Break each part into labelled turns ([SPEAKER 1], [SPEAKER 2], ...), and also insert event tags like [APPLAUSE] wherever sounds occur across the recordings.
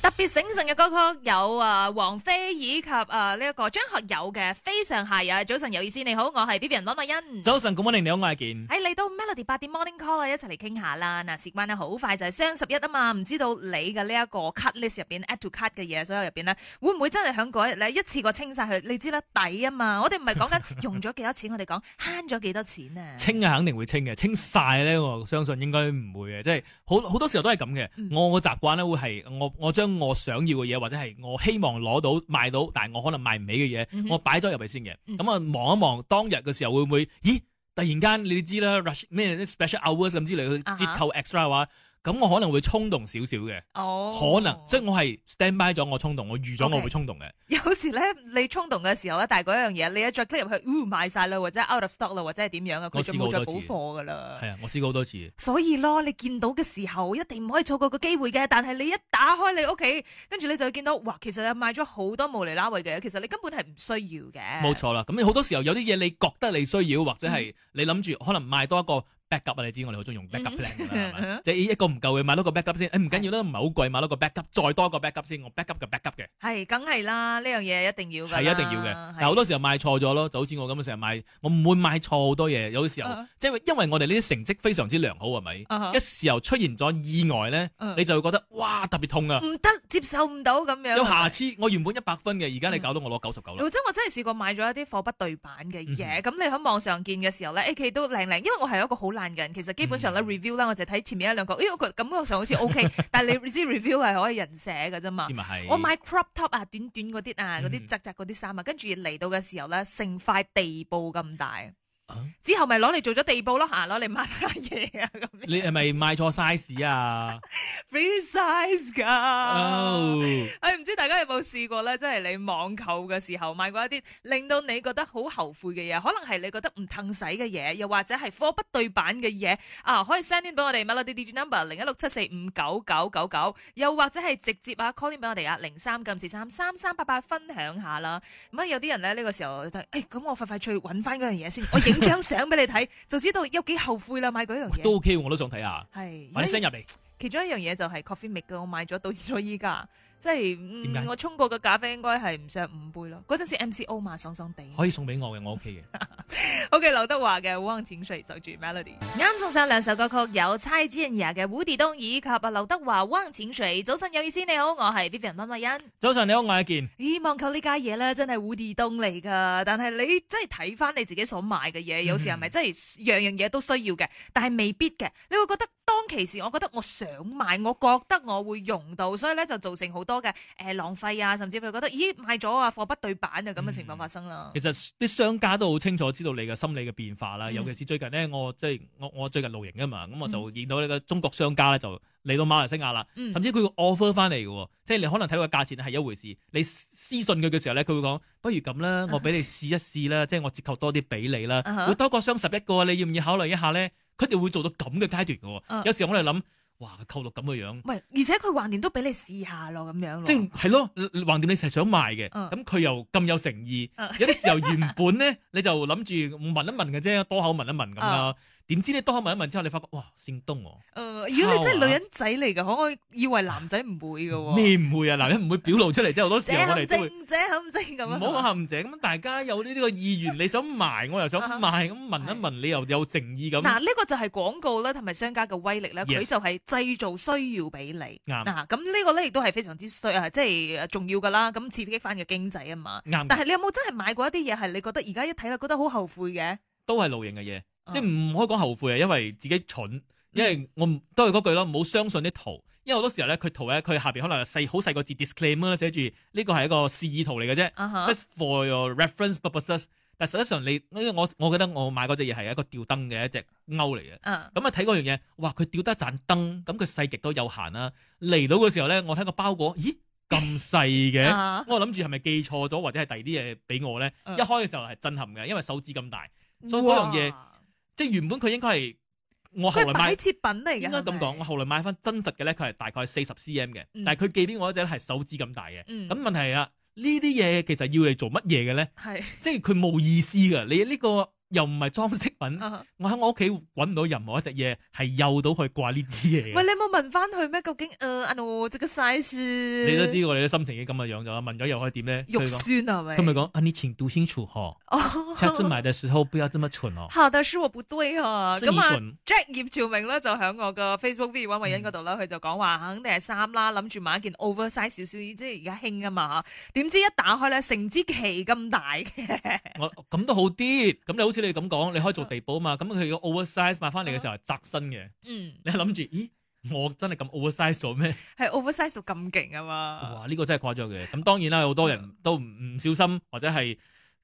[SPEAKER 1] 特別醒神嘅歌曲有啊王菲以及啊呢一個張學友嘅《非常姣人》。早晨有意思，你好，我係 B B 人溫慧欣。
[SPEAKER 2] 早晨，good morning，你好，我係健。
[SPEAKER 1] 喺嚟到 Melody 八點 Morning Call 啊，一齊嚟傾下啦。嗱，事關呢，好快就係雙十一啊嘛，唔知道你嘅呢一個 cut list 入邊 add to cut 嘅嘢，所有入邊呢，會唔會真係響嗰日咧一次過清晒佢？你知啦，抵啊嘛！我哋唔係講緊用咗幾多錢，我哋講慳咗幾多錢啊！
[SPEAKER 2] 清係肯定會清嘅，清晒咧，我相信應該唔會嘅，即係好好多時候都係咁嘅。
[SPEAKER 1] 嗯
[SPEAKER 2] 我個習慣咧會係我我將我想要嘅嘢或者係我希望攞到買到，但係我可能買唔起嘅嘢，
[SPEAKER 1] 嗯哼
[SPEAKER 2] 我擺咗入嚟先嘅。
[SPEAKER 1] 嗯
[SPEAKER 2] 咁啊望一望當日嘅時候會唔會？咦，突然間你知啦，rush 咩 special hours 咁之類去
[SPEAKER 1] 啊哈
[SPEAKER 2] 折扣 extra 嘅話，咁我可能會衝動少少嘅，
[SPEAKER 1] 哦
[SPEAKER 2] [LAUGHS] 可能即係我係 stand by 咗我衝動，我預咗我
[SPEAKER 1] OK
[SPEAKER 2] 會衝動嘅。
[SPEAKER 1] 有時咧，你衝動嘅時候咧，但係嗰樣嘢，你一再 click 入去，ooh 賣晒啦，或者 out of stock 啦，或者係點樣啊，佢
[SPEAKER 2] 我
[SPEAKER 1] 就
[SPEAKER 2] 試過
[SPEAKER 1] 冇
[SPEAKER 2] 好
[SPEAKER 1] 再
[SPEAKER 2] 多次
[SPEAKER 1] 補貨噶啦。
[SPEAKER 2] 係啊，我試過好多次。
[SPEAKER 1] 所以咯，你見到嘅時候一定唔可以錯過個機會嘅。但係你一打開你屋企，跟住你就會見到，哇，其實買咗好多無厘啦位嘅，其實你根本係唔需要嘅。
[SPEAKER 2] 冇，錯啦，咁好多時候有啲嘢你覺得你需要，或者係你諗住可能買多一個 backup 啊，你知我哋好中意用 backup
[SPEAKER 1] 嗯嗯
[SPEAKER 2] plan
[SPEAKER 1] [LAUGHS]
[SPEAKER 2] 㗎啦，係咪？即係一個唔夠嘅買多個 backup 先，誒唔緊要啦，唔係好貴，買多個 backup，再多一個 backup 先，我 backup 嘅 backup 嘅
[SPEAKER 1] 係梗係啦，呢樣嘢一定要㗎啦。啊
[SPEAKER 2] 係一定要嘅。但好
[SPEAKER 1] 多
[SPEAKER 2] 多時候買錯咗咯，就好似我咁樣成日買，我唔會買錯好多嘢。有時候
[SPEAKER 1] 啊
[SPEAKER 2] 即係因為我哋呢啲成績非常之良好，係咪？
[SPEAKER 1] 啊哈
[SPEAKER 2] 一時候出現咗意外咧
[SPEAKER 1] 嗯，
[SPEAKER 2] 你就會覺得哇特別痛啊！
[SPEAKER 1] 唔得，接受唔到咁樣。
[SPEAKER 2] 有瑕疵，我原本一百分嘅，而家你搞到我攞九十九啦。嗯
[SPEAKER 1] 或者我真係試過買咗一啲貨不對版嘅嘢，咁、你喺網上見嘅時候咧，誒佢都靚靚，因為我係一個好懶嘅人，其實基本上咧
[SPEAKER 2] 嗯
[SPEAKER 1] review 啦，我就睇前面一兩個，因為佢感覺上好似
[SPEAKER 2] [LAUGHS]
[SPEAKER 1] OK，但係你知 review 係可以人寫嘅啫嘛
[SPEAKER 2] 知。咪係？
[SPEAKER 1] 嗯我買 crop top 啊，短短嗰啲啊，嗰啲
[SPEAKER 2] 嗯
[SPEAKER 1] 窄窄嗰啲衫啊，跟住嚟到嘅時候咧，成塊地布咁大
[SPEAKER 2] 啊，
[SPEAKER 1] 之後咪攞嚟做咗地布咯，嚇攞嚟抹下嘢啊咁樣
[SPEAKER 2] 你係咪買錯 size 啊？
[SPEAKER 1] ，free size 㗎。
[SPEAKER 2] 哦
[SPEAKER 1] 誒哎唔知大家有冇試過咧？即係你網購嘅時候買過一啲令到你覺得好後悔嘅嘢，可能係你覺得唔騰使嘅嘢，又或者係貨不對版嘅嘢啊，可以 send in 俾我哋 Melody D G number 零一六七四五九九九九，又或者係直接啊 call in 俾我哋啊零三九四三三三八八分享下啦。咁啊有啲人咧呢個時候就誒咁、我快快脆揾翻嗰樣嘢先，我影張相俾你睇，就知道有幾後悔啦買嗰樣嘢。
[SPEAKER 2] 都 OK，我都想睇下。
[SPEAKER 1] 係
[SPEAKER 2] 快啲 send 入嚟，
[SPEAKER 1] 其中一樣嘢就係 coffee maker，我買咗到咗依家， [LAUGHS] 即係、嗯
[SPEAKER 2] 點解
[SPEAKER 1] 我沖過嘅咖啡應該係唔上五杯咯。嗰陣時 MCO 嘛，爽爽地。
[SPEAKER 2] 可以送俾我嘅，我
[SPEAKER 1] [LAUGHS]
[SPEAKER 2] OK 嘅。
[SPEAKER 1] OK，劉德華嘅《汪淺水》守住 Melody。啱送上兩首歌曲，有蔡健雅嘅《胡地東》以及啊劉德華《汪淺水》。早晨有意思，你好，我係 Vivian 温慧欣。
[SPEAKER 2] 早晨，你好，我係阿健。
[SPEAKER 1] 咦，網購呢家嘢咧，真係胡地東嚟㗎。但係你真係睇翻你自己所買嘅
[SPEAKER 2] 嗯
[SPEAKER 1] 嘢，有時係咪真係樣樣嘢都需要嘅，但係未必嘅。你會覺得當其時，我覺得我想買，我覺得我會用到，所以咧就造成好多嘅誒、呃浪費啊，甚至佢覺得咦買咗啊貨不對版啊咁嘅
[SPEAKER 2] 嗯
[SPEAKER 1] 情況發生啦。
[SPEAKER 2] 其實啲商家都好清楚知道你嘅心理嘅變化啦，
[SPEAKER 1] 嗯
[SPEAKER 2] 尤其是最近呢，我即係我我最近露營啊嘛，咁我就見到呢個中國商家咧就嚟到馬來西亞啦，
[SPEAKER 1] 嗯
[SPEAKER 2] 甚至佢會 offer 翻嚟嘅喎，即係你可能睇到個價錢係一回事，你私信佢嘅時候咧，佢會講不如咁啦，我俾你試一試啦，即係我折扣多啲俾你啦
[SPEAKER 1] 啊啊哈，
[SPEAKER 2] 會多過雙十一個，你要唔要考慮一下咧？佢哋會做到咁嘅階段嘅
[SPEAKER 1] 嗯
[SPEAKER 2] 喎，有時候我哋諗，哇，扣到咁嘅樣。
[SPEAKER 1] 唔係，而且佢橫掂都俾你試下咯，咁樣咯。
[SPEAKER 2] 即係係咯，橫掂你係想賣嘅，
[SPEAKER 1] 嗯
[SPEAKER 2] 咁佢又咁有誠意
[SPEAKER 1] 嗯，
[SPEAKER 2] 有啲時候原
[SPEAKER 1] [LAUGHS]
[SPEAKER 2] 本咧你就諗住問一問嘅啫，多口問一問咁啦，點知你多口問一問之後，你發覺哇，姓東我
[SPEAKER 1] 呃如果你真係女人仔嚟嘅，可我以為男仔唔會嘅喎。
[SPEAKER 2] 咩唔會啊？男人唔會表露出嚟，即係好多時
[SPEAKER 1] 這
[SPEAKER 2] 候我
[SPEAKER 1] 陷
[SPEAKER 2] 哋都會
[SPEAKER 1] 阱，這陷阱咁
[SPEAKER 2] 唔
[SPEAKER 1] 樣。
[SPEAKER 2] 好講陷阱，咁大家有呢個意願，你想賣我又想賣，咁問一問你又有誠意咁，
[SPEAKER 1] 嗱，呢個就係廣告啦，同埋商家嘅威力咧，佢
[SPEAKER 2] Yes
[SPEAKER 1] 就係製造需要俾你。
[SPEAKER 2] 啱
[SPEAKER 1] 嗱，咁呢個咧亦都係非常之需啊，即係重要噶啦，咁刺激翻嘅經濟啊嘛。
[SPEAKER 2] 啱
[SPEAKER 1] 但
[SPEAKER 2] 嘅
[SPEAKER 1] 係你有冇真係買過一啲嘢係你覺得而家一睇啦覺得好後悔嘅？
[SPEAKER 2] 都係露營嘅嘢，即係
[SPEAKER 1] 嗯
[SPEAKER 2] 唔可以講後悔啊，因為自己蠢。因為我唔都係嗰句咯，唔好相信啲圖，因為好多時候咧，佢圖咧佢下邊可能有細好細個字 disclaimer 寫住呢個係一個示意圖嚟嘅啫
[SPEAKER 1] 啊哈
[SPEAKER 2] ，just for your reference purposes。但實際上你，因為我我覺得我買嗰只嘢係一個吊燈嘅一隻鈎嚟嘅。
[SPEAKER 1] 嗯
[SPEAKER 2] 咁啊睇嗰樣嘢，哇！佢吊得一盞燈，咁佢細極都有限啦。嚟到嘅時候咧，我睇個包裹，咦咁細嘅，
[SPEAKER 1] 啊
[SPEAKER 2] 我諗住係咪記錯咗，或者係第二啲嘢俾我咧？
[SPEAKER 1] 嗯
[SPEAKER 2] 一開嘅時候係震撼嘅，因為手指咁大，所以嗰樣嘢
[SPEAKER 1] 哇
[SPEAKER 2] 即係原本佢應該係我後
[SPEAKER 1] 佢係
[SPEAKER 2] 來買
[SPEAKER 1] 擺設品嚟嘅，
[SPEAKER 2] 應該咁
[SPEAKER 1] 係
[SPEAKER 2] 講，我
[SPEAKER 1] 咪
[SPEAKER 2] 後來買翻真實嘅咧，佢係大概四十 cm 嘅，
[SPEAKER 1] 嗯
[SPEAKER 2] 但係佢寄俾我嗰只係手指咁大嘅。咁、
[SPEAKER 1] 嗯
[SPEAKER 2] 問題係啊，呢啲嘢其實要嚟做乜嘢嘅咧？
[SPEAKER 1] 係
[SPEAKER 2] 即係佢冇意思噶。你呢個又唔係裝飾品，
[SPEAKER 1] 啊
[SPEAKER 2] 我喺我屋企揾唔到任何一隻嘢係幼到去掛呢支嘢
[SPEAKER 1] 喂，
[SPEAKER 2] 嘅。
[SPEAKER 1] 你有冇問翻佢咩？究竟誒阿奴即個 size？
[SPEAKER 2] 你
[SPEAKER 1] 你
[SPEAKER 2] 都知我哋嘅心情已經咁嘅樣咗啦，問咗又可以點咧？
[SPEAKER 1] 肉
[SPEAKER 2] 佢講
[SPEAKER 1] 酸係咪？
[SPEAKER 2] 佢咪講啊，你請讀清楚嗬， [LAUGHS]
[SPEAKER 1] 哦
[SPEAKER 2] 下次買嘅時候不要這麼
[SPEAKER 1] [LAUGHS]
[SPEAKER 2] 蠢哦，
[SPEAKER 1] 好的，是我不對啊。
[SPEAKER 2] 是你
[SPEAKER 1] 咁啊
[SPEAKER 2] 蠢。
[SPEAKER 1] ，Jack 葉兆明咧就喺我個 Facebook
[SPEAKER 2] 嗯
[SPEAKER 1] V 揾慧欣嗰度啦，佢就講話肯定係衫啦，諗住買一件 oversize 少少，即係而家興啊嘛。點知一打開咧，成支旗咁大嘅，
[SPEAKER 2] 我咁都好啲，咁你好似你咁講，你可以做地保嘛？咁佢個 oversize 買翻嚟嘅
[SPEAKER 1] 啊
[SPEAKER 2] 時候係窄身嘅，
[SPEAKER 1] 嗯，
[SPEAKER 2] 你諗住， [LAUGHS] 咦，我真係咁 oversize 咗咩？
[SPEAKER 1] 係 oversize 到咁勁啊嘛。
[SPEAKER 2] 哇！呢、個真係誇張嘅。咁當然啦，有好多人都唔唔小心，或者係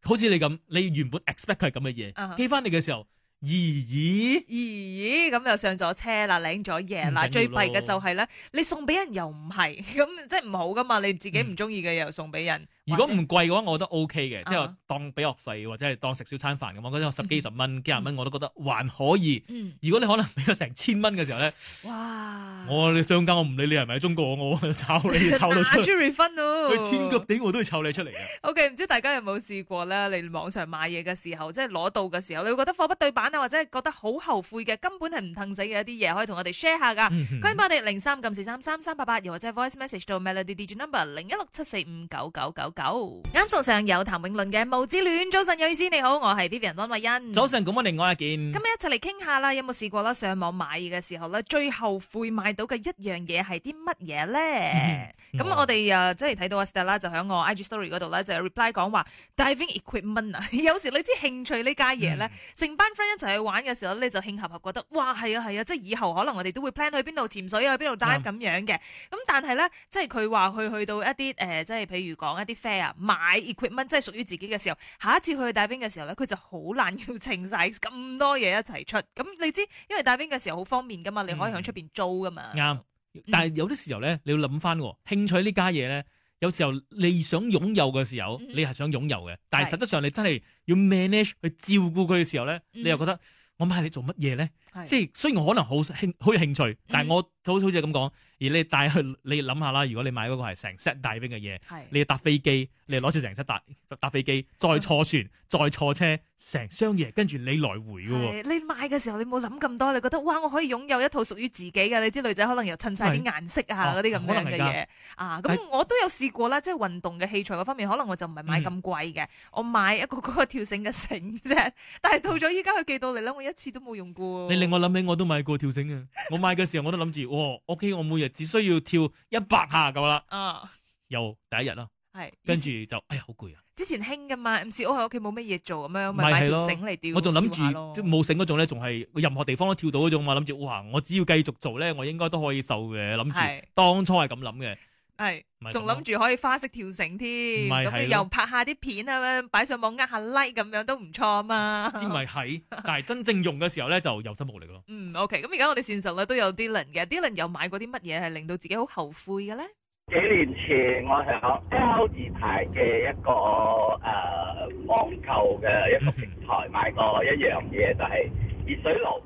[SPEAKER 2] 好似你咁，你原本 expect 佢係咁嘅
[SPEAKER 1] 啊哈
[SPEAKER 2] 嘢，寄翻嚟嘅時候，咦咦，
[SPEAKER 1] 咦，咁又上咗車啦，領咗嘢啦，
[SPEAKER 2] 唔緊要咯
[SPEAKER 1] 最弊嘅就係咧，你送俾人又唔係， [LAUGHS] 咁即係唔好噶嘛，你自己唔中意嘅又送俾人。
[SPEAKER 2] 嗯如果
[SPEAKER 1] 或者
[SPEAKER 2] 唔貴嘅話，我覺得 O K 嘅，即
[SPEAKER 1] 啊
[SPEAKER 2] 係當俾學費或者係當食小餐飯咁，我覺得十幾十蚊、幾廿蚊我都覺得還可以。
[SPEAKER 1] 嗯，
[SPEAKER 2] 如果你可能俾咗成千蚊嘅時候咧，
[SPEAKER 1] 哇，
[SPEAKER 2] 我哦你商家我唔理你係咪喺中國，我炒
[SPEAKER 1] [LAUGHS]
[SPEAKER 2] 你炒到出
[SPEAKER 1] 拿
[SPEAKER 2] 嚟
[SPEAKER 1] 住 refund 咯，
[SPEAKER 2] 去天腳底我都要炒你出嚟嘅。
[SPEAKER 1] O.K. 唔知大家有冇試過咧？你網上買嘢嘅時候，即係攞到嘅時候，你會覺得貨不對版啊，或者係覺得好後悔嘅，根本係唔騰死嘅一啲嘢，可以同我哋 share 下噶。
[SPEAKER 2] 嗯
[SPEAKER 1] 歡迎我哋零三九四三三三八八，又或者 voice message 到 melody D G number 零一六七四五九九九九。啱送上有譚詠麟嘅《無之戀》，早晨有意思，你好，我係 Vivian 温慧欣。
[SPEAKER 2] 早晨，咁我另外一件
[SPEAKER 1] 今。日啊一齊嚟傾下啦，有冇試過啦？上網買嘢嘅時候咧，最後悔買到嘅一樣嘢係啲乜嘢咧？
[SPEAKER 2] 嗯
[SPEAKER 1] 咁、
[SPEAKER 2] 哦
[SPEAKER 1] 我哋誒即係睇到阿 Stella 就喺我 IG story 嗰度咧，就有 reply 講話 diving equipment 啊， [LAUGHS] 有時你知興趣呢家嘢
[SPEAKER 2] 嗯
[SPEAKER 1] 咧，成、班 friend 一齊去玩嘅時候你就興合合覺得哇係啊係啊，即係以後可能我哋都會 plan 去邊度潛水啊，去邊度 dive
[SPEAKER 2] 啱
[SPEAKER 1] 咁樣嘅。咁但係咧，即係佢話佢去到一啲誒、呃即係譬如講一啲 fair 啊買 equipment，即係屬於自己嘅時候，下一次去帶兵嘅時候咧，佢就好難要稱晒咁多嘢一齊出。咁你知，因為帶兵嘅時候好方便噶嘛，你可以喺出邊租噶嘛。
[SPEAKER 2] 嗯啱，
[SPEAKER 1] 嗯
[SPEAKER 2] 但係有啲時候咧，你要諗翻興趣呢家嘢咧，有時候你想擁有嘅時候，
[SPEAKER 1] 嗯嗯
[SPEAKER 2] 你係想擁有嘅，但係
[SPEAKER 1] 係
[SPEAKER 2] 實質上你真係要 manage 去照顧佢嘅時候咧，
[SPEAKER 1] 嗯
[SPEAKER 2] 你又覺得我買你做乜嘢咧？
[SPEAKER 1] 係嗯
[SPEAKER 2] 即係雖然我可能好興好有興趣，但係我好好似咁講，而你帶去你諗下啦，如果你買嗰個係成 set 帶兵嘅嘢，
[SPEAKER 1] 係
[SPEAKER 2] 你要搭飛機，你要攞住成 set 搭搭飛機，再坐
[SPEAKER 1] 嗯
[SPEAKER 2] 船，再坐車，成箱嘢跟住你來回嘅喎。
[SPEAKER 1] 係啊你買嘅時候，你冇諗咁多，你覺得哇，我可以擁有一套屬於自己嘅。你知女仔可能又襯晒啲顏色啊，嗰
[SPEAKER 2] 哦
[SPEAKER 1] 啲咁樣嘅
[SPEAKER 2] 可能係
[SPEAKER 1] 嘢啊。
[SPEAKER 2] 但
[SPEAKER 1] 咁我都有試過啦，即係運動嘅器材嗰方面，可能我就唔係買咁貴
[SPEAKER 2] 嗯
[SPEAKER 1] 嘅，我買一個嗰個跳繩嘅繩啫。 [LAUGHS] 但係到咗依家佢寄到嚟咧，我一次都冇用過。
[SPEAKER 2] 你令我諗起我都買過跳繩啊！我買嘅時候我都諗住，哇，OK，我每日只需要跳一百下夠啦。
[SPEAKER 1] 啊，
[SPEAKER 2] 又第一日啦，
[SPEAKER 1] 係
[SPEAKER 2] 跟住就哎呀好攰啊！
[SPEAKER 1] 之前興噶嘛，MCO 喺屋企冇乜嘢做咁樣，
[SPEAKER 2] 咪
[SPEAKER 1] 咪買
[SPEAKER 2] 係
[SPEAKER 1] 條
[SPEAKER 2] 咯
[SPEAKER 1] 繩嚟吊。
[SPEAKER 2] 我仲諗
[SPEAKER 1] 吊下咯
[SPEAKER 2] 住即係冇繩嗰種咧，仲係任何地方都跳到嗰種嘛。諗住哇，我只要繼續做咧，我應該都可以瘦嘅。諗
[SPEAKER 1] 係
[SPEAKER 2] 住當初係咁諗嘅，
[SPEAKER 1] 係，
[SPEAKER 2] 咪咁
[SPEAKER 1] 仲
[SPEAKER 2] 咯
[SPEAKER 1] 諗住可以花式跳繩添，
[SPEAKER 2] 咪係
[SPEAKER 1] 咁你
[SPEAKER 2] 咯
[SPEAKER 1] 又拍下啲片啊，擺上網呃下 like 咁樣都唔錯啊嘛。
[SPEAKER 2] [LAUGHS] 知咪係，但係真正用嘅時候咧就有心無力咯。
[SPEAKER 1] 嗯，OK，咁而家我哋線上咧都有 Dylan 嘅，Dylan 有買過啲乜嘢係令到自己好後悔嘅咧？
[SPEAKER 3] 幾年前我係響 L 字牌嘅一個誒、呃、網購嘅一個平台買過一樣嘢，就係、熱水爐。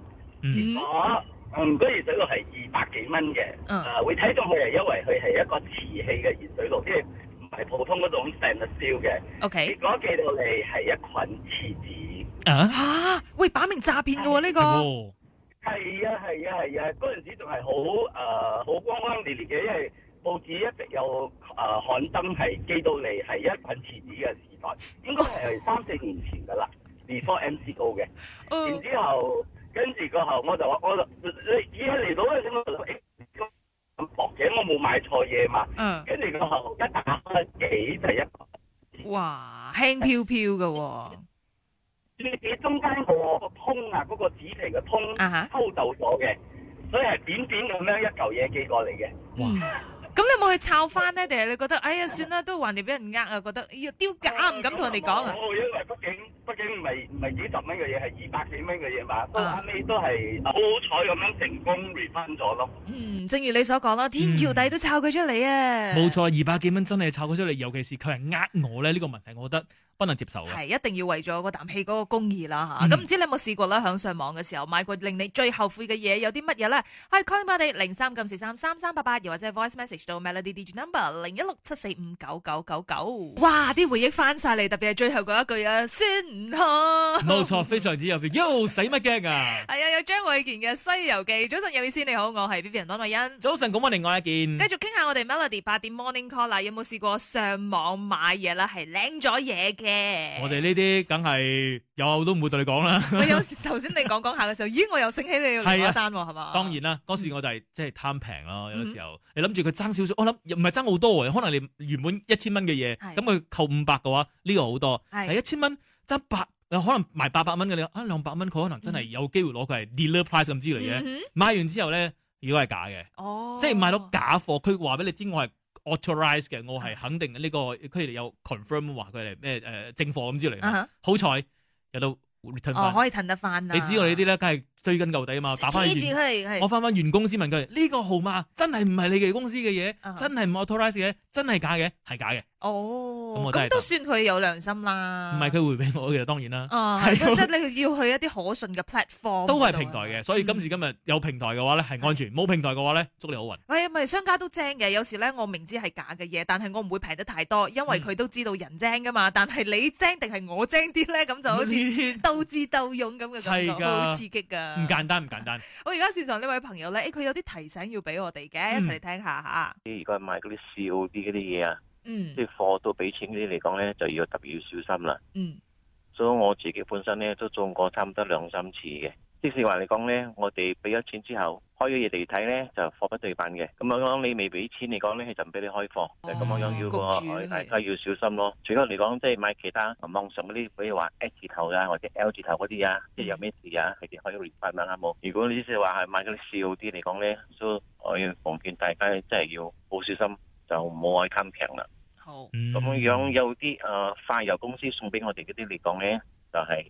[SPEAKER 2] 嗯，
[SPEAKER 3] 我嗯嗰熱水爐係二百幾蚊嘅，誒、呃
[SPEAKER 1] 嗯
[SPEAKER 3] 會睇中佢係因為佢係一個瓷器嘅熱水爐，即係唔係普通嗰種成日燒嘅。
[SPEAKER 1] ，OK，
[SPEAKER 3] 結果寄到嚟係一捆廁紙。
[SPEAKER 2] 啊，
[SPEAKER 1] 吓，喂，擺明詐騙嘅喎呢個，
[SPEAKER 2] 係
[SPEAKER 3] 係啊係啊係啊！嗰陣時仲係好誒好光光烈烈嘅，因為報紙一直有誒、呃刊登係寄到嚟係一捆廁紙嘅時代，應該係三四年前㗎啦，before MCO 嘅。然
[SPEAKER 1] 嗯
[SPEAKER 3] 之後跟住過後我就話我就你依家嚟到嗰陣時我就諗誒咁咁薄嘅，我冇買錯嘢嘛。
[SPEAKER 1] 嗯，
[SPEAKER 3] 跟住過後一打開幾就一個
[SPEAKER 1] 哇，輕飄飄嘅喎，
[SPEAKER 3] 你你中間嗰個通啊，嗰、個紙皮嘅通
[SPEAKER 1] 啊哈
[SPEAKER 3] 抽走咗嘅，所以係扁扁咁樣一嚿嘢寄過嚟嘅。
[SPEAKER 1] 嗯咁你有冇去抄翻呢？定係你覺得，哎呀，算啦，都還掂俾人呃啊，覺得要丟架，唔敢同人哋講啊？
[SPEAKER 3] 哦我因為畢竟畢竟唔係唔係幾十蚊嘅嘢，係二百幾蚊嘅嘢嘛，到
[SPEAKER 1] 啊
[SPEAKER 3] 後尾都係好好彩咁樣成功 refund 咗咯。
[SPEAKER 1] 嗯，正如你所講啦，天
[SPEAKER 2] 嗯
[SPEAKER 1] 橋底都抄佢出嚟啊！
[SPEAKER 2] 冇錯，二百幾蚊真係炒佢出嚟，尤其是佢係呃我咧呢個問題，我覺得不能接受嘅。
[SPEAKER 1] 係一定要為咗嗰啖氣嗰個公義啦吓，咁唔、知你有冇試過咧？響上網嘅時候買過令你最後悔嘅嘢有啲乜嘢咧？可以 call 我哋零三九四三三三八八，又或者係 voice message 到 melody D G number 零一六七四五九九九九。哇！啲回憶翻晒嚟，特別係最後嗰一句啊，先唔開。
[SPEAKER 2] 冇錯，非常之有 feel。喲，使乜驚啊？
[SPEAKER 1] [LAUGHS] 係啊，有張衛健嘅《西遊記》。早晨，有意思，你好，我係 Vivian 安慧欣。
[SPEAKER 2] 早晨，咁我另外一件
[SPEAKER 1] 繼。續傾下我哋 Melody 八點 Morning Call 啦，有冇試過上網買嘢啦？係領咗嘢嘅。
[SPEAKER 2] 我哋呢啲梗係有都唔會對你講啦。 [LAUGHS]
[SPEAKER 1] 我有時頭先你講講下嘅時候，咦，我又醒起你另外
[SPEAKER 2] 係
[SPEAKER 1] 一
[SPEAKER 2] 啊
[SPEAKER 1] 單喎，係嘛？
[SPEAKER 2] [LAUGHS] 當然啦，嗰時我就係即係貪平咯，
[SPEAKER 1] 嗯
[SPEAKER 2] 有啲時候你諗住佢爭少少，我諗又唔係爭好多喎，可能你原本一千蚊嘅嘢，
[SPEAKER 1] 係
[SPEAKER 2] 咁佢扣五百嘅話，呢個好多，
[SPEAKER 1] 係
[SPEAKER 2] 係一千蚊爭百，可能賣八百蚊嘅你啊兩百蚊，佢可能真係有機會攞佢係 dealer price 咁之
[SPEAKER 1] 嗯
[SPEAKER 2] 類嘅，
[SPEAKER 1] 哼
[SPEAKER 2] 買完之後咧，如果係假嘅，
[SPEAKER 1] 哦，啊
[SPEAKER 2] 即係買到假貨，佢話俾你知我係 authorized 嘅，我係肯定呢個佢哋有 confirm 話佢哋咩誒正貨咁之類
[SPEAKER 1] 啊
[SPEAKER 2] 嘅，
[SPEAKER 1] 哈
[SPEAKER 2] 好彩有到 return
[SPEAKER 1] 哦，
[SPEAKER 2] 翻，
[SPEAKER 1] 可以褪得翻啦。
[SPEAKER 2] 你知道你呢啲咧，梗係追根究底啊嘛，打翻
[SPEAKER 1] 黐
[SPEAKER 2] 去
[SPEAKER 1] 住
[SPEAKER 2] 原
[SPEAKER 1] 佢係
[SPEAKER 2] 我翻翻原公司問佢呢個號碼真係唔係你哋公司嘅嘢
[SPEAKER 1] 啊，
[SPEAKER 2] 真係唔 authorize 嘅，真係假嘅，係假嘅，咁
[SPEAKER 1] 哦，
[SPEAKER 2] 我真
[SPEAKER 1] 咁
[SPEAKER 2] 係
[SPEAKER 1] 都
[SPEAKER 2] 得
[SPEAKER 1] 算佢有良心啦。
[SPEAKER 2] 唔係佢回俾我嘅，當然啦， [LAUGHS]
[SPEAKER 1] 啊，
[SPEAKER 2] 係
[SPEAKER 1] 即即係你要去一啲可信嘅 platform，
[SPEAKER 2] 都係
[SPEAKER 1] 嗰度
[SPEAKER 2] 平台
[SPEAKER 1] 啊
[SPEAKER 2] 嘅，所以今時今日有平台嘅話咧係安全，冇平台嘅話咧祝你好運。
[SPEAKER 1] 喂，咪商家都精嘅，有時咧我明知係假嘅嘢，但係我唔會平得太多，因為
[SPEAKER 2] 嗯
[SPEAKER 1] 佢都知道人精噶嘛。但係你精定係我精啲咧，咁就好似
[SPEAKER 2] 呢
[SPEAKER 1] 鬥智鬥勇咁嘅感
[SPEAKER 2] 係
[SPEAKER 1] 覺，
[SPEAKER 2] 㗎
[SPEAKER 1] 好刺激噶。
[SPEAKER 2] 啲唔簡單唔簡單，
[SPEAKER 1] 我而家線上呢位朋友咧，誒佢有啲提醒要俾我哋嘅，一齊嚟聽下吓。
[SPEAKER 4] 而家買嗰啲 COD 嗰啲嘢啊，
[SPEAKER 1] 嗯
[SPEAKER 4] 即係貨到俾錢嗰啲嚟講咧，就要特別要小心啦。
[SPEAKER 1] 嗯，
[SPEAKER 4] 所以我自己本身咧都中過差唔多兩三次嘅。即使話嚟講咧，我哋俾咗錢之後，開咗嘢嚟睇咧，就貨不對版嘅。咁樣你未俾錢嚟講咧，佢就唔俾你開貨，就咁樣樣要
[SPEAKER 1] 哦焗住
[SPEAKER 4] 個
[SPEAKER 1] 係
[SPEAKER 4] 大家要小心咯。除咗嚟講，即係買其他啊網上嗰啲，比如話 S 字頭啊，或者 L 字頭嗰啲啊，即係有咩事啊，佢哋可以 refund 啊啱冇。如果你即係話係買嗰啲少啲嚟講咧，所以我要奉勸大家真係要好小心，就唔好愛貪平啦。
[SPEAKER 1] 好。
[SPEAKER 2] 咁
[SPEAKER 4] 咁樣有啲誒、呃快郵公司送俾我哋嗰啲嚟講咧，就係、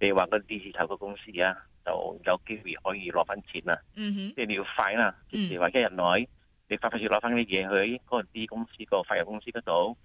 [SPEAKER 4] 你話嗰啲字頭嘅公司啊，就有機會可以攞翻錢啊啦。
[SPEAKER 1] 嗯哼，
[SPEAKER 4] 即係你要快啦，
[SPEAKER 1] 嗯
[SPEAKER 4] 譬如話一日內你快快要攞翻啲嘢去嗰個 D 公司個快郵公司嗰度，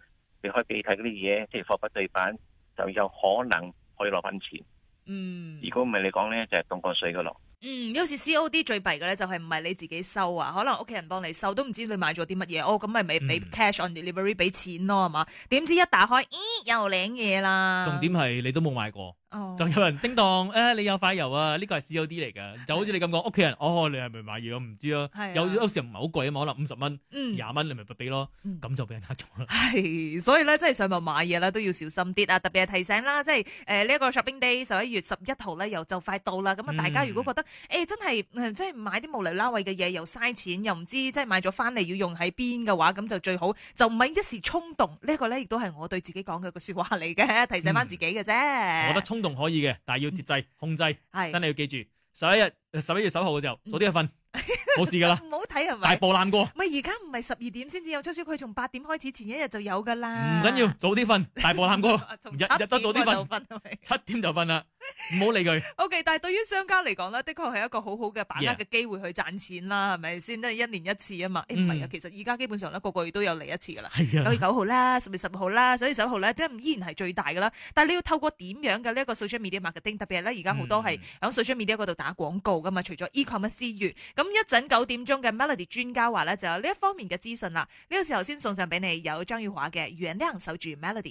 [SPEAKER 4] 你可以俾睇嗰啲嘢，即係貨不對版，就有可能可以攞翻錢。
[SPEAKER 1] 嗯。
[SPEAKER 4] 如果唔係你講咧，就係凍過水噶咯。
[SPEAKER 1] 嗯，有時 COD 最弊嘅咧就係唔係你自己收啊，可能屋企人幫你收，都唔知你買咗啲乜嘢。哦，咁咪咪俾
[SPEAKER 2] 嗯
[SPEAKER 1] cash on delivery 俾錢咯，係嘛？點知一打開，咦，又領嘢啦。
[SPEAKER 2] 重點係你都冇買過，
[SPEAKER 1] 哦
[SPEAKER 2] 就有人叮當誒你有塊油啊，呢個係 COD 嚟
[SPEAKER 1] [LAUGHS]
[SPEAKER 2] 㗎，就好似你咁講，屋企人哦你係咪買嘢我唔知啊
[SPEAKER 1] 係啊，
[SPEAKER 2] 有有時唔係好貴啊嘛，可能五十蚊、
[SPEAKER 1] 嗯
[SPEAKER 2] 廿蚊你咪俾咯，
[SPEAKER 1] 嗯
[SPEAKER 2] 咁就俾人呃咗啦。
[SPEAKER 1] 係， [LAUGHS] 所以咧，真係上網買嘢咧都要小心啲啊！特別係提醒啦，即係呃誒呢一個 Shopping Day 十一月十一號咧又就快到啦。咁啊，
[SPEAKER 2] 嗯
[SPEAKER 1] 大家如果覺得誒、欸真係嗯即係買啲無厘啦位嘅嘢又嘥錢，又唔知即係買咗翻嚟要用喺邊嘅話，咁就最好就唔係一時衝動。呢、一個咧亦都係我對自己講嘅個説話嚟
[SPEAKER 2] [LAUGHS]
[SPEAKER 1] 嘅，提醒翻自己嘅啫。
[SPEAKER 2] 嗯我
[SPEAKER 1] 我
[SPEAKER 2] 覺得衝動可以嘅，但係要節制、控制，
[SPEAKER 1] 嗯係嗯
[SPEAKER 2] 真係要記住。十一日、十一月十一號嘅時候，早啲去瞓，冇事噶啦，
[SPEAKER 1] [LAUGHS] 唔好睇係
[SPEAKER 2] 大
[SPEAKER 1] 咪？
[SPEAKER 2] 步攬過，
[SPEAKER 1] 咪而家唔係十二點先至有出書，佢從八點開始前一日就有㗎
[SPEAKER 2] 唔
[SPEAKER 1] 啦。
[SPEAKER 2] 緊要，早啲瞓，大步攬過， [LAUGHS]
[SPEAKER 1] 啊，從
[SPEAKER 2] 日
[SPEAKER 1] 七
[SPEAKER 2] 日都早啲
[SPEAKER 1] 點我就
[SPEAKER 2] 瞓，
[SPEAKER 1] 瞓係咪
[SPEAKER 2] 七點就瞓啦，唔好理佢。
[SPEAKER 1] [LAUGHS] O.K.，但係對於商家嚟講咧，的確係一個好好嘅把握
[SPEAKER 2] Yeah
[SPEAKER 1] 嘅機會去賺錢啦，係咪先？即係一年一次啊嘛。誒唔係啊，
[SPEAKER 2] 嗯
[SPEAKER 1] 其實而家基本上咧個個月都有嚟一次噶啦。
[SPEAKER 2] 係
[SPEAKER 1] 九
[SPEAKER 2] 啊
[SPEAKER 1] 月，九號啦，十月十號啦，十月十號咧，都依然係最大噶啦。但係你要透過點樣嘅呢一個 social media marketing，特別係咧而家
[SPEAKER 2] 嗯
[SPEAKER 1] 好多係喺 social media 嗰度打廣告噶嘛。除咗 e-commerce 之餘，咁一陣九點鐘嘅 Melody 專家話咧就有呢一方面嘅資訊啦。呢、個時候先送上俾你有張宇華嘅《原諒守住 Melody》。